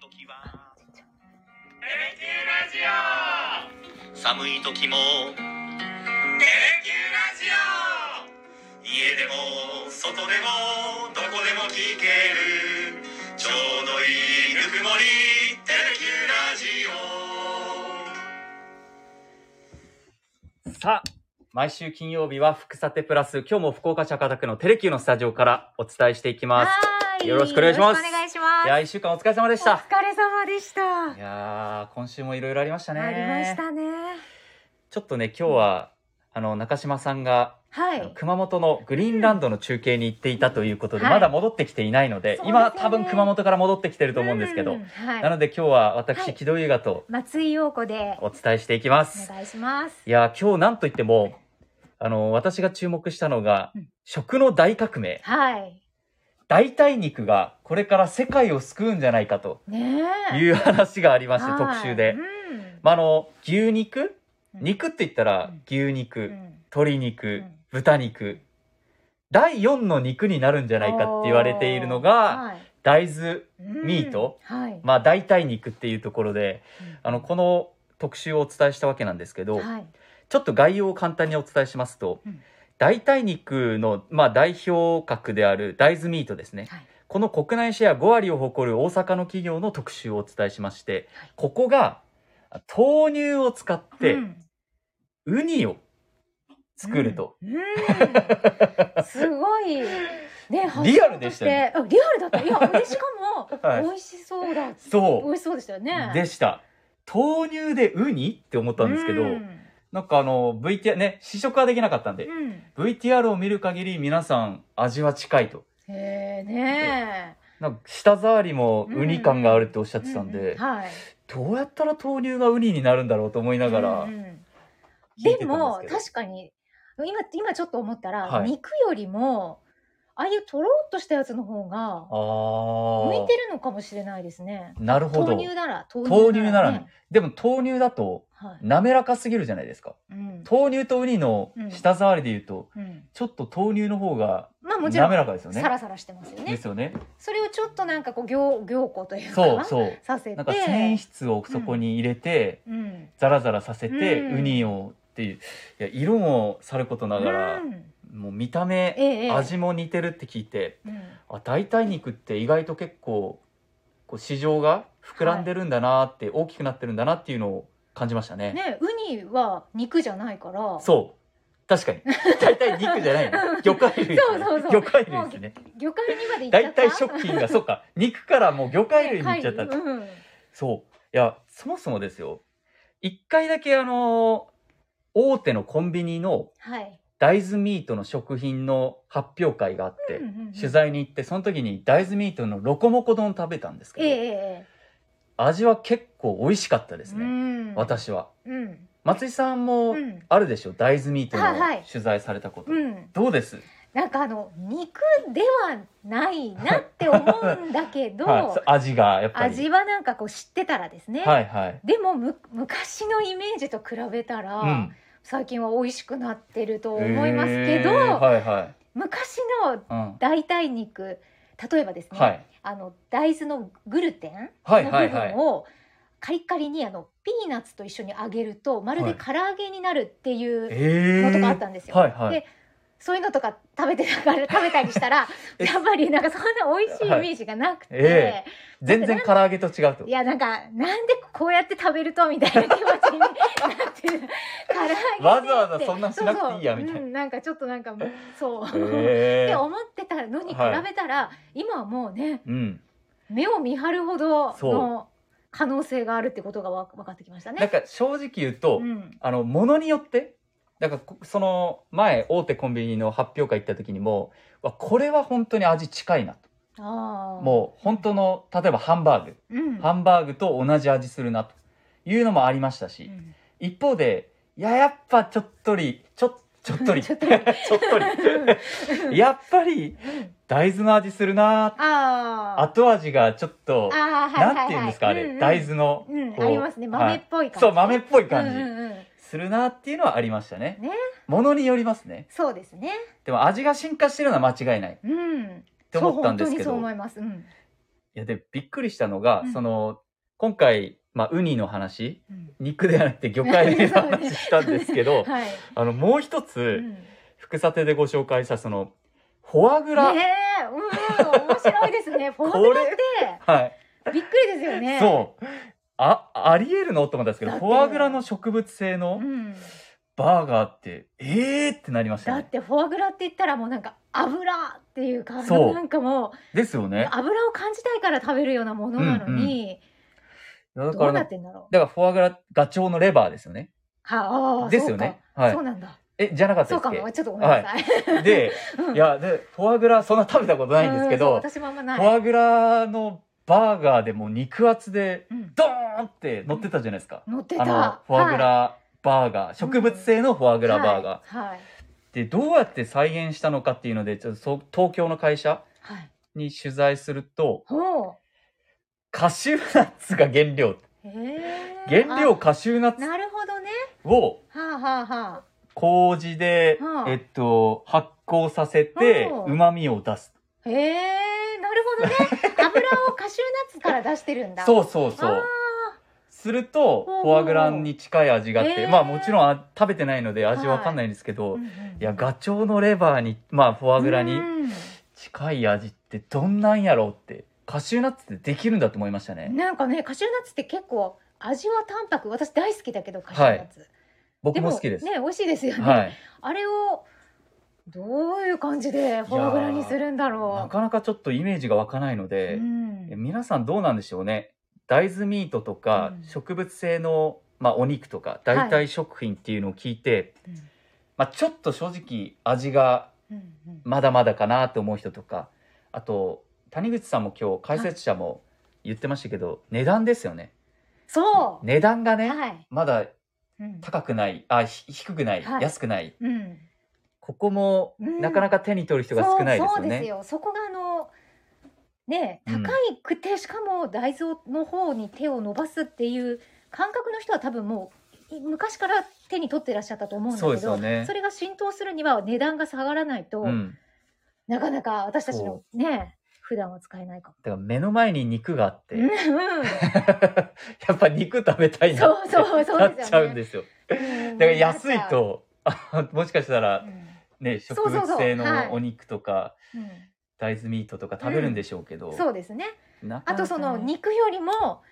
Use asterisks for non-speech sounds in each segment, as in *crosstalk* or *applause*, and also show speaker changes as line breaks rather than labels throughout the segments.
時は
テレキューラジオ
寒い時も
テレキューラジオ
家でも外でもどこでも聞けるちょうどいいぬくもりテレキューラジオ
さあ、毎週金曜日は、福さてプラス、今日も福岡市博多区のテレキューのスタジオからお伝えしていきます。
はー
よろしくお願いします
よろくお願いしま
い
す
や、一週間お疲れ様でし
お
た。
疲れ様でした。
いやー、今週もいろいろありましたね。
ありましたね。
ちょっとね、今日は、あの、中島さんが、
は
あの
い。
熊本のグリーンランドの中継に行っていたということで、
はい
まだ戻ってきていないので、
そうですよね
今多分熊本から戻ってきてると思うんですけど、
うはい。
なので今日は私、
はい
木戸優雅と
松井陽子で
お伝えしていきます。
お願いします。
いやー、今日なんといっても、あの、私が注目したのが、
うん
食の大革命。
はい。
代替肉がこれから世界を救うんじゃないかと
ねえ。
いう話がありまして、
はい
特集で
う。ん
まあ、あの、牛肉
うん
肉って言ったら
うん
牛肉、
うん
鶏肉、
ん
豚肉。第4の肉になるんじゃないかって言われているのが、
はい
大豆、
うん
ミート
はい。
まあ代替肉っていうところで、あの、こ
の、
の特集をお伝えしたわけなんですけど、
はい。
ちょっと概要を簡単にお伝えしますと、
うん
代替肉の、まあ、代表格である大豆ミートですね、
はい
この国内シェア5割を誇る大阪の企業の特集をお伝えしまして、
はい
ここが豆乳を使って
うん
ウニを作ると、。
うんすごい。ね、発想として
*laughs* リアルでしたね。
うんリアルだった。いや、でしか
*laughs* はい
も、美味しそうだ。美
そう
味しそうでしたよね。
でした豆乳でウニって思ったんですけど、
うん
なんかあの VTR ね試食はできなかったんで、
うん
VTR を見る限り皆さん味は近いと
へえね
なんか舌触りもウニ感があるっておっしゃ
え。
ってたんで、
ううはい。
どうやったら豆乳がウニになるんだろうと思いながら
うんうん
聞い
で
てた
も
んですけど、
確かに今今ちょっと思ったら、
はい
肉よりもああいうとろっとしたやつの方が向いてるのかもしれないですね。
ああなるほ
豆
ど
乳なら豆
豆乳なら
ね
ねでも豆乳だと
はい。
滑らかすぎるじゃないですか
うん。
豆乳とウニの舌触りで言うと、
うん
ちょっと豆乳の方が
まあもちろん
滑らかですよね
サラサラしてますよ
で
ね。
すよね
それをちょっとなんかこう凝凝固というか
そうそう
させて。
なんか繊維質をそこに入れて、
うん。
ザラザラさせて、
うん
ウニをっていういや色もさることながら、
うん
もう見た目、
ええ
味も似てるって聞いて
うん
あ代替肉って意外と結構こう市場が膨らんでるんだなって、大きくなってるんだなっていうのを感じましたね
ねウニは肉じゃないから。
そう確かに大体肉じゃな
*laughs*
いの魚介類で
そう
すね
そうそう
魚介類ですね
魚介にまで行っちゃ
大
った
体食品がそうか肉からもう魚介類に行っちゃった、
ね *laughs* 貝うん
そういやそもそもですよ一回だけあの大手のコンビニの
はい。
大豆ミートの食品の発表会があって、
うんうんうん
取材に行ってその時に大豆ミートのロコモコ丼食べたんですけ
え
ど、
ええ
味は結構美味しかったで
え
すね、
うん。
私は
うん。
松井さん
う
も
ん。
あるでしょ、大豆ミート
はいは
の
い
取材されたこと、
うん。
どうです
なんかあの肉ではないなって思うんだけど、
*laughs* はいそう、味がやっぱり
味はなんかこう知ってたらですね。
はいはい
でもむ昔のイメージと比べたら、
うん
最近は美味しくなってると思いますけど、
へーはいはい、
昔の
うん、
代替肉例えばですね、
はい
あの大豆のグルテン
はい
の
はい
部
はい
分をカリカリにあのピーナッツと一緒に揚げるとまるで唐揚げになるっていう
え
のとかあっ
ー、
たんですよ。
はいはい
でそういうのとか食べてた
*laughs*
から食べたりしたら
え
やっぱりなんかそんな美味しいイメージがなくて、
はいえ全然唐揚げと違うと
いやなんかなんでこうやって食べるとみたいな気持ちになってる唐揚げって
わざわざそんなしなくていいや
そうそう
みたいな
うん、なんかちょっとなんかもうそう、っ
え
て
ー
思ってたのに比
はい
べたら、今はもうね
うん、
目を見張るほど
そう
の可能性があるってことがわ分かってきましたね。
なんか正直言うと、
うん
あの物によってだからこその前大手コンビニの発表会行った時にもわこれは本当に味近いなと、
あー
もう本当の例えばハンバーグ、
うん
ハンバーグと同じ味するなというのもありましたし、
うん
一方でいややっぱちょっとりちょちょっと
*laughs*
り
ちょっと
ちょっ *laughs* と
うん
りやっぱり
うん
大豆の味するな
あー
後味がちょっと、
あーはいはいはい
なんていうんですかあれ、
うんうん
大豆の、
うん
こう
ありますね
は
豆
い
っぽい感じ、
そう豆っぽい感じ、
うんうんうん
するなっていうのはありましたね
ね
ものによりますね
そうですね
でも味が進化してるのは間違いないっ
うんって
思ったんですけ
そう本当にそう思
ど
います、うん、
やでびっくりしたのが、
うん
その今回、まあ、ウニの話
うん
肉ではなくて魚介類の
そうね
話したんですけど、
はい。
あのもう一
う
つ、
ん
福さてでご紹介したそのフォアグラ、
ねえ、うん、面白いですね。フォアグラっ
はい、
てびっくりですよね。
そうあありえるのと思ったんですけど
だって
フォアグラの植物性の
うん。
バーガーって、えーってなりました
だ
ね
っ。てフォアグラって言ったらもうなんか油っていうか
そう
なんかも
ですよ
う
ね。
油を感じたいから食べるようなものなのに、
だか
ど
ら
うな
だ
っ
か
てんだろう。
らフォアグラガチョウのレバーですよね。
はああ、
ですよね。
そうか。
はい
そう。なんだ。
えじゃなかった
そう
です
か
っけ
も。ちょっとごめんなさい。
で、
*laughs* うん
いや、で、フォアグラ、そんな食べたことないんですけ
う
ど、
そう私もあんま
フ
ない。
ォアグラのバーガーでもう肉厚で、
うん
ドーンって乗ってたじゃないですか。
乗ってた。
あの、フォアグ
はい
ラバーガー、植物性のフォアグラバーガー。
はい。はい
で、どうやって再現したのかっていうので、ちょっとそう東京の会社
はい。
に取材すると、
ほう。
カシューナッツが原料。
へえ。
原料カシューナッ
あ。なるほどね。
ツを
はあ、はあはあ。
麹で、
はあ
えっと、発酵させて
はあ、
旨味を出す。
へえ、なるほ
*laughs*
どね。油をカシューナッツから出してるんだ。
そうそうそ
あ
う。する
ほ
と
うほう
フォアグラに近い味があって、
へー
まあもちろんあ食べてないので味わかんないんですけど、
ー。
い、
うんうん
やガチョウのレバーにまあフォアグラに
う
近い味ってどんなんやろうってカシューナッツってできるんだと思いましたね
ん、なんかねカシューナッツって結構味は淡白私大好きだけどカシューナッツ、
僕も好きです、
ね美味しいですよね、
はい
あれをどういう感じでフォアグラにするんだ
な
ろ
かなかちょっとイメージが湧かないの
う、う
で、
ん
え、皆さんどうなんでしょうね大豆ミートとか
うん
植物性の、まあ、お肉とか代替食品っていうのを聞いて、
うん
まあ、ちょっと正直味が
うんうん
まだまだかなって思う人とかあと谷口さんも今日解説者も言ってましたけど、値段ですよね
そう、
値段がね、
はい、
まだ
うん
高くないあひ低くない、
はい
安くない
うん、
ここも
うん
なかなか手に取る人が少ないです
そうそ
よ
うです
ね。
よそこがあのね
うん
高くて、しかも大豆の方に手を伸ばすっていう感覚の人は多分もうい昔から手に取ってらっしゃったと思うんだけ
そう
ど
ですよね
それが浸透するには値段が下がらないと、
うん、
なかなか私たちのね普段は使えないかも。
だから目の前に肉があって、
うんう
*laughs* や
ん
っぱ肉食べたいなって
そうそう *laughs* そう
な *laughs* っ
ですよね
ちゃうんですよ。
うん
だから安いとあもしかしたら
う、ん
ね、
そうそうそう
植物性
はい
のお肉とか
う
大豆ミートとか食べるんでしょうけど、
んそうですね
なか
あ
なかね
とその肉よりも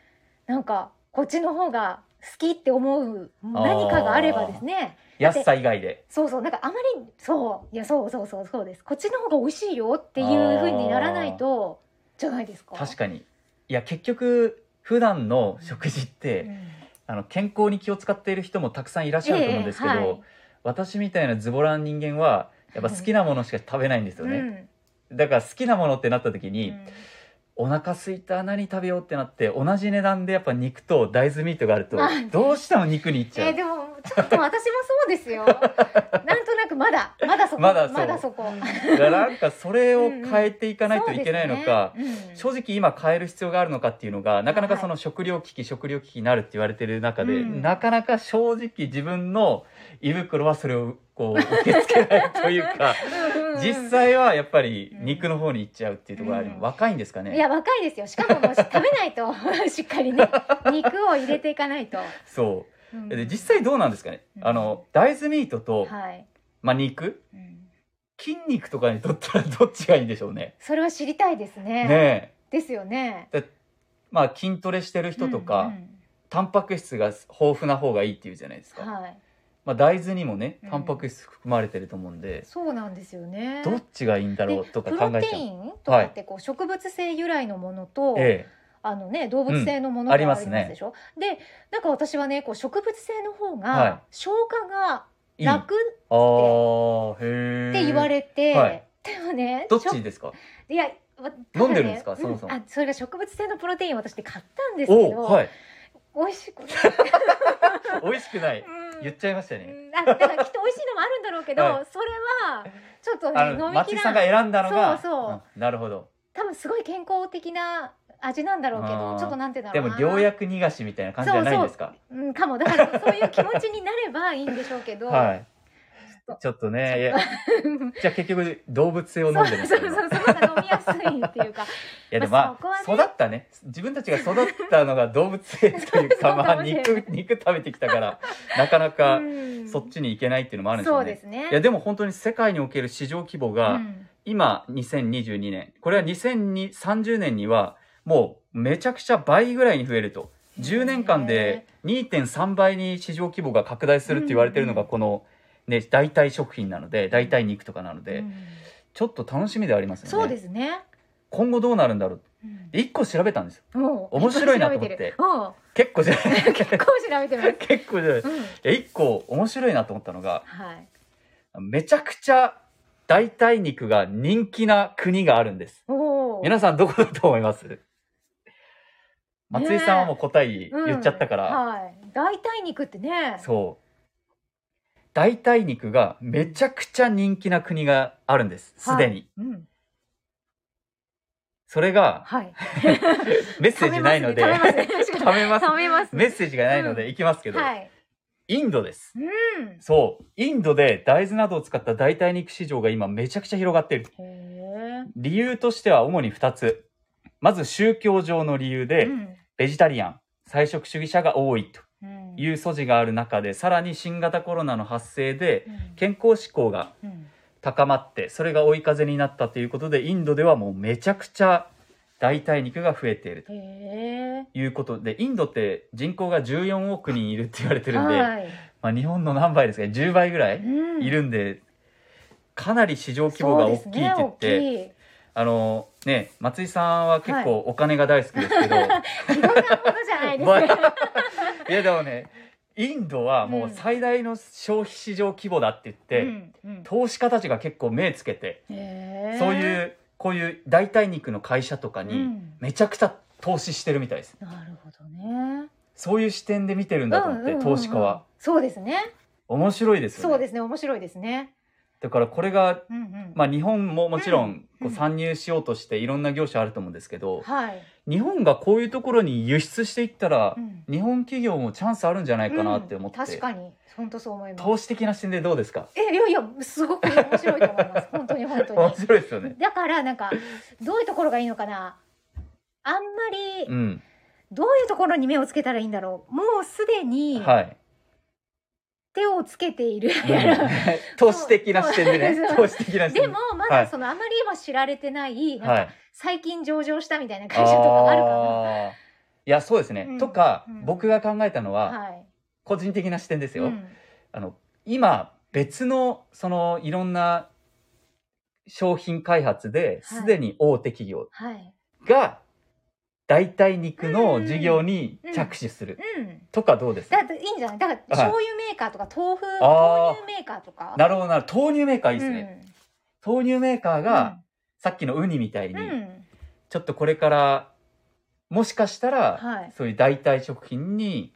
なんかこっちの方が好きって思う何かがあればですね
安さ以外で。
そうそうなんかあまりそういやそうそうそうそうですこっちの方が美味しいよっていう風にならないとじゃないですか
確かにいや結局普段の食事って、
うん
あの健康に気を使っている人もたくさんいらっしゃると思うんですけど、
ええはい
私みたいなズボラな人間はやっぱ好きなものしか食べないんですよね、だから好きなものってなった時
うん
に、お腹空いた何食べようってなって同じ値段でやっぱ肉と大豆ミートがあると
まあね
どうしても肉にいっち
え
ゃう、
ーでもちょっと私もそうです
*laughs*
よなんとなくまだまだそこ
まだそう
そこ
だからなんかそれを変えていかないといけないのか、
そうですねうん
正直今変える必要があるのかっていうのがなかなかそ
は
の食料危機、食料危機になるって言われてる中で、
うん
なかなか正直自分の胃袋はそれをこう受け付けないというか
うんうんうん
実際はやっぱり肉の方に行っちゃうっていうところがある、
うん
若いんですかね
いや若いですよしかももう食べないと *laughs* しっかりね肉を入れていかないと、
そううんで実際どうなんですかね、
うん
あの大豆ミートと、
はい、
まあ、肉
うん
筋肉とかにとったらどっちがいいんでしょうね。
それは知りたいですね
ねえ
ですよね
まあ、筋トレしてる人とか、
う
タンパク質が豊富な方がいいっていうじゃないですか、
んうんはい
まあ、大豆にもね
うん
タンパク質含まれてると思うんで、
そうなんですよね
どっちがいいんだろう
で
とか考え
プ
ち
ロテ
ゃう。
インとかってこう植物性由来のものと、
え
あのね動物性のものが
あ
あ
り
り
ま
ますす
ね
でしょ、でなんか私はねこう植物性の方
はい
が消化が
え、いい。あ
楽っ
あー、へえ。
て言われて、
はい
でもね
どっ
しょ
ちですか。
いやわ
飲んでるんですか
ただね
そもそも
あそれが植物性のプロテインを私で買ったんですけど、
おお、はい。
美味しくない、
*laughs* 美味しくない。
うん
言っちゃいましたね。
うんあだ *laughs* からきっと美味しいのもあるんだろうけど、
は
それはちょっと
あ
ね
の、
飲み
松
き
井
ら
さん
な
が
い
選んだのが。
そうそうん
なるほど。
多分すごい健康的な味なんだろうけ
あ
ど
ー
ちょっとなんて言うんだ
で
ろうな
も、良薬逃がしみたいな感じじゃないんですか。 *laughs*
うん、かもだからそういう気持ちになればいいんでしょうけど、
はい。
と。
ちょっとね、いや、じゃあ結局動物性を飲んでます
そ
よ
うそうそ
今
う、その方が飲みやすいっていうか。
いやでも
まあそ
ま
こは
あ、
ね
育ったね自分たちが育ったのが動物性という
そう
か
そう
ま
か
あ
もしれない
肉肉食べてきた
*laughs*
からなかなか
うん
そっちに行けないっていうのもあるんです
そ
よ
うで
ね。
すね。
いやでも本当に世界における市場規模
う
が
ん
今2022年これは2030年にはもうめちゃくちゃ倍ぐらいに増えると10年間で2.3倍に市場規模が拡大するって言われてるのが
うん
この、ね、代替食品なので代替肉とかなので、
うん
ちょっと楽しみではありますよね。
そうですね。
今後どうなるんだろう
うん
で1個調べたんですよ
もう
面白いなと思って
結構
結構じゃな
調べ
い
てるうん *laughs* 結構調べてます。
結構じゃない
うん
え一個面白いなと思ったのが
はい。
めちゃくちゃ代替肉が人気な国があるんです
おお。
皆さんどこだと思います松井さんはもう答え
うん
言っちゃったから、
はい。代替肉ってね。
そう代替肉がめちゃくちゃ人気な国があるんですすでに、
うん。
それが
はい。
メッセージないので
食べますね。食べますね。
食べます
食べます。
メッセージがないのでいきますけど、
はい。
インドです
うん。
そうインドで大豆などを使った代替肉市場が今めちゃくちゃ広がっている
へ
理由としては主に2つまず宗教上の理由
え。
で
うん
ベジタリアン菜食主義者が多いと
うん
いう素地がある中でさらに新型コロナの発生で
うん
健康志向が
うん
高まってそれが追い風になったということでインドではもうめちゃくちゃ代替肉が増えていると
へえ。
いうことでインドって人口が14億人いるって言われてるんで、
はい。
まあ、日本の何倍ですかね10倍ぐらい、
うん
いるんで、かなり市場規模が大きいって言って、あのね、松井さんは結構お金が大好きですけど、
そう *laughs* ですね大きいいろんなものじゃないですね。
い、やでもね、インドはもう最大の消費市場規模だって言って、
うんうん
投資家たちが結構目つけて、
へえ
そういうこういう代替肉の会社とか
う
に
ん
めちゃくちゃ投資してるみたいです。
なるほどね。
そういう視点で見てるんだと思って、
うんうんうんうん
投資家は。。
そうですね。
面白いですよね。
そうですね。面白いですね。
だからこれが、
うんうん。
まあ日本ももちろんこ
うんう
うん参入しようとしていろんな業種あると思うんですけど、
はい。
日本がこういうところに輸出していったら
う、ん
日本企業もチャンスあるんじゃないかなって思って、
うん確かに本当そう思います。
投資的な視点でどうですか
えいやいやすごく面白いと思い
*laughs*
ます。本当に本当
面
に。
白いですよね。
だからなんかどういうところがいいのかな。あんまり
うん、
どういうところに目をつけたらいいんだろう。もうすでに
はい、
手をつけている。
*laughs* うん投資的な視点でね
そう
投資的な視
*laughs* で
点
もま
は
だ
い
そのあまり今知られてない、なん
は
か
い、
最近上場したみたいな会社とかあるか
あーいやそうですね、
うん
とか、
うん
僕が考えたの
な。
は、
はい。
個人的な視点です
う
よ、
ん
あの今別のそのいろんな商品開発で
はい
すでに大手企業
はい。
が代替肉の事業に着手する
うん。
とかどうですか
だっていいんじゃないだから醤油メーカーとか豆腐、
あー
豆乳メーカーとか
なるほどなるほど豆乳メーカーいいですね、
ね、
豆乳メーカー
うん、
が、さっきのウニみたい
うん
に、ちょっとこれからもしかしたら、
はい
そういう代替食品に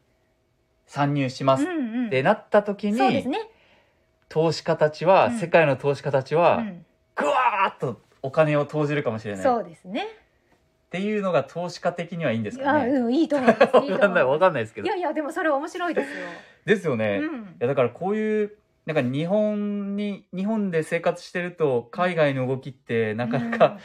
参入します
う
っ
んうん
てなった時に、
そうですね、
投資家たちは、
うん
世界の投資家たち
う
は、
ん、
ぐわーっとお金を投じるかもしれない
そ
っ
うですね
ていうのが投資家的にはいいんですか
あ
ね。
うんいいと思いますいいと思い
*laughs* わかんないわ
ま
かんないですけ
す
ど
いやいやでもそれ面白いですよ、
ですよね、
う
い
ん、
やだからこういうなんか日本に日本で生活してると海外の動きってなかなか、
うん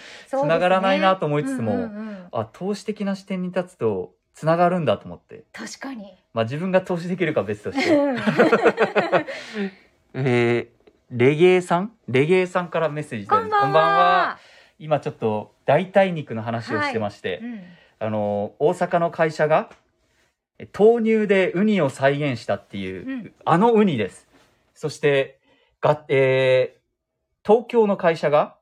繋がらないなと思いつつも
そうですねうんうんうん
あ投資的な視点に立つとつながるんだと思って、
確かに
まあ、自分が投資できるかは別として、
*laughs* こ
*laughs* えーレゲエさんレゲエさんからメッセージいただい
ん
て
ばんは、
今ちょっと代替肉の話をしてまして、
うん、
あの大阪の会社がえ豆乳でウニを再現したっていう、
うん
あのウニですそしてが、えー東京の会社が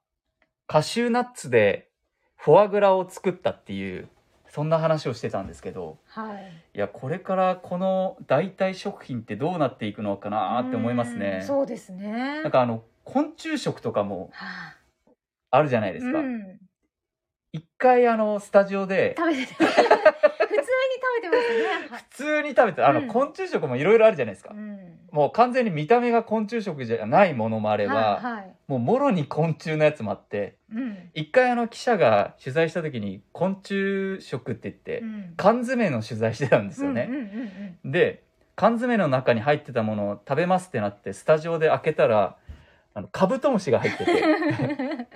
カシューナッツでフォアグラを作ったっていうそんな話をしてたんですけど
はい
いやこれからこの代替食品ってどうなっていくのかなって思います
うん
ね。
そうですね
なんかあの昆虫食とかも
はあ
あるじゃないですか。
うん、
一回あのスタジオで
食べてて普通に食べてます
普通に食べてあの、
うん
昆虫食もいろいろあるじゃないですか
ね、。うん
もう完全に見た目が昆虫食じゃないものもあれ
は
ば、
いはい
もうもろに昆虫のやつもあって
うん
一回あの記者が取材した時に昆虫食って言って、
うん
缶詰の取材してたんですよね。
うんうんうんうん
で缶詰の中に入ってたものを食べますってなってスタジオで開けたらあのカブトムシが
*laughs*
入ってて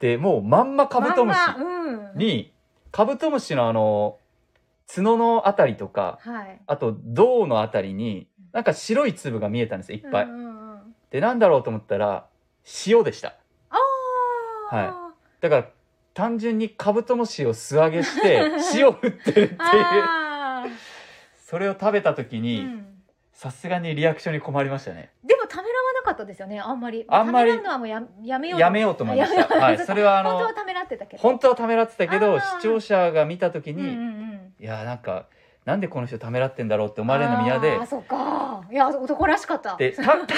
でもうまんまカブトムシ
まんまうん、
にカブトムシのあの角のあたりとか
はい。
あと胴のあたりになんか白い粒が見えたんですよいっぱい。
うんうんうん
でなんだろうと思ったら塩でした
ああ。
はだから単純にカブトムシを素揚げして
*laughs*
塩振ってるっていう
ああ。
それを食べた時
う
に
ん
さすがにリアクションに困りましたね
でもためらわなかったですよね。あんまり。
あんまり
ためらうのはもうややめよう。
やめようと思いました
やめよう
はいそれはあ
本当
の
はためらってたけど。
本当はためらってたけ
あ
ど
ー
視聴者が見た時
うんう
に
んうん。
いやーなんかなんでこの人ためらってんだろうって思われるの嫌で
ああ、そっか。いや、男らしかった。
でた
パクって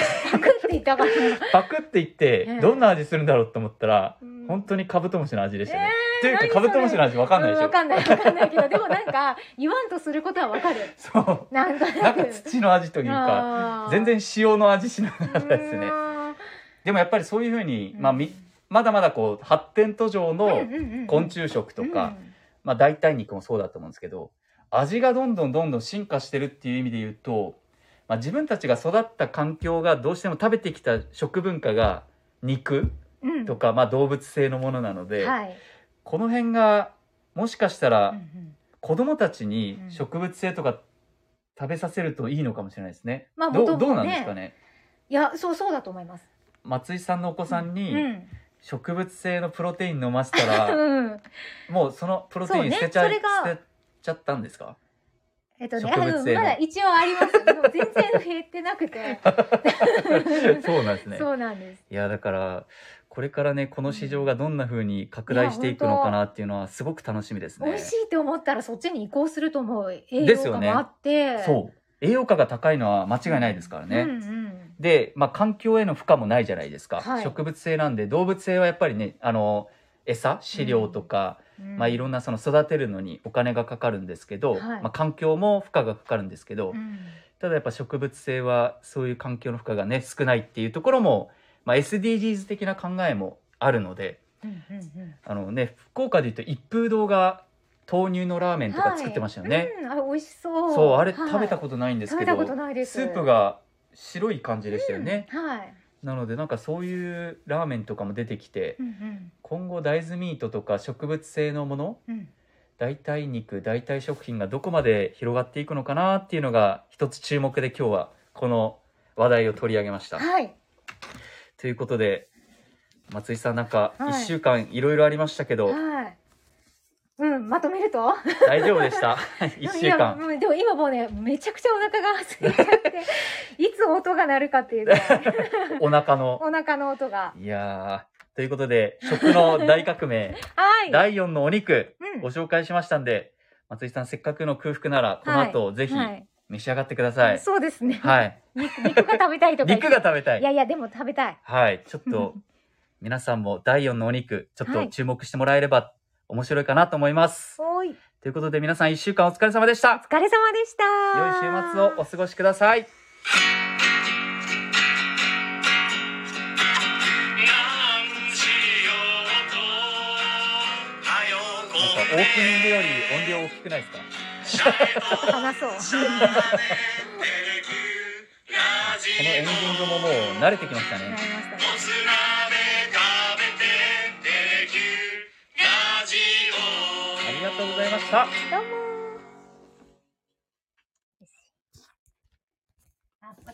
言ったから。
パク
*laughs*
っていっ
え
て
え
どんな味するんだろうと思ったら
うん
本当にカブトムシの味でした
え
ね
え
というか
何
カブトムシの味わかんないで
う
しょ
わかんない、わかんないけど、でもなんか、言わんとすることはわかる。
そう
なんとなく。
なんか土の味というか
あー
全然塩の味しなかったですね
うーん
でもやっぱりそういうふうに、まあ、
う
み
ん
まだまだこう発展途上の
うんうんうん
昆虫食とか、
うん
まあ、代替肉もそうだと思うんですけど味がどんどんどんどん進化してるっていう意味で言うと、まあ、自分たちが育った環境がどうしても食べてきた食文化が肉
うん
とか、まあ、動物性のものなので、
はい
この辺がもしかした
うんう
ら
ん
子供たちに
うん
植物性とか食べさせるといいのかもしれないですね。
まあ
ど
元
うどう
々
なん
ね
ですかね
いやそうそうだと思います。
松井さんのお子さん
う
に、
ん、
植物性のプロテイン飲ませた
*laughs*
ら
うん、
もうそのプロテイン捨てちゃ,、
そうねそれ
捨
が
てちゃった
*laughs*
んですか
えっとね、
植物
あの
性の
まだ一応あります。でも全然減ってなく
*laughs*
て、
*laughs* そうなんですね
そうなんです。
いやだからこれからねこの市場がどんな風に拡大していくのかなっていうのはすごく楽しみですね
美味しいって思ったらそっちに移行すると思う栄
です
養価
よね
もあって、
そう栄養価が高いのは間違いないですからね、
うんうん、
で、まあ、環境への負荷もないじゃないですか、
はい
植物性なんで動物性はやっぱりねあの餌飼料とか、
うん
まあ、いろんなその育てるのにお金がかかるんですけど、
はい
まあ、環境も負荷がかかるんですけど、
うん
ただやっぱ植物性はそういう環境の負荷がね少ないっていうところも、まあ、SDGs 的な考えもあるので
うんうんうん
あのね福岡でいうと一風堂が豆乳のラーメンとか作ってましたよね、
はいうん、あれ美味しそう。
そうあれ
はい
食べたことないんですけど、
食べたことないです
スープが白い感じでしたよね、
うんはい。
なのでなんかそういうラーメンとかも出てきて、
うんうん
今後大豆ミートとか植物性のもの
うん。
代替肉代替食品がどこまで広がっていくのかなっていうのが一つ注目で今日はこの話題を取り上げました。
はい。
ということで松井さんなんか
はい
1週間いろいろありましたけど、
はい。うん、まとめると
大丈夫でした
*laughs*
1
い
週
や
間
もうでも今もうねめちゃくちゃお腹が空いちゃ
*laughs*
っていつ音が鳴るかっていうぐらい
お
*laughs*
腹の
お腹の音が
いやーということで食の大革命
*laughs* はい、
第4のお肉
うん
ご紹介しましたんで松井さんせっかくの空腹ならこの後、ぜひ
はい
召し上がってください
そうですね、
はい、
肉肉が食べたいとか
肉が食べた
いや
い
いやでも食べたい
はいちょっと *laughs* 皆さんも第4のお肉ちょっ
は
と
い
注目してもらえれば面白いかなと思います、
おい
ということで皆さん1週間お疲れ様でした
お疲れ様でした
良い週末をお過ごしください
なんしようとはよこ
なんかオープニングより音量大きくないですか
シャレと
話そう
シャーネテレキュラジ
このエンディングももう
オ
慣れてきました
なり
ね
ましたね
もつ鍋食べてテレキュラジオ
ありがとうございました
どうもー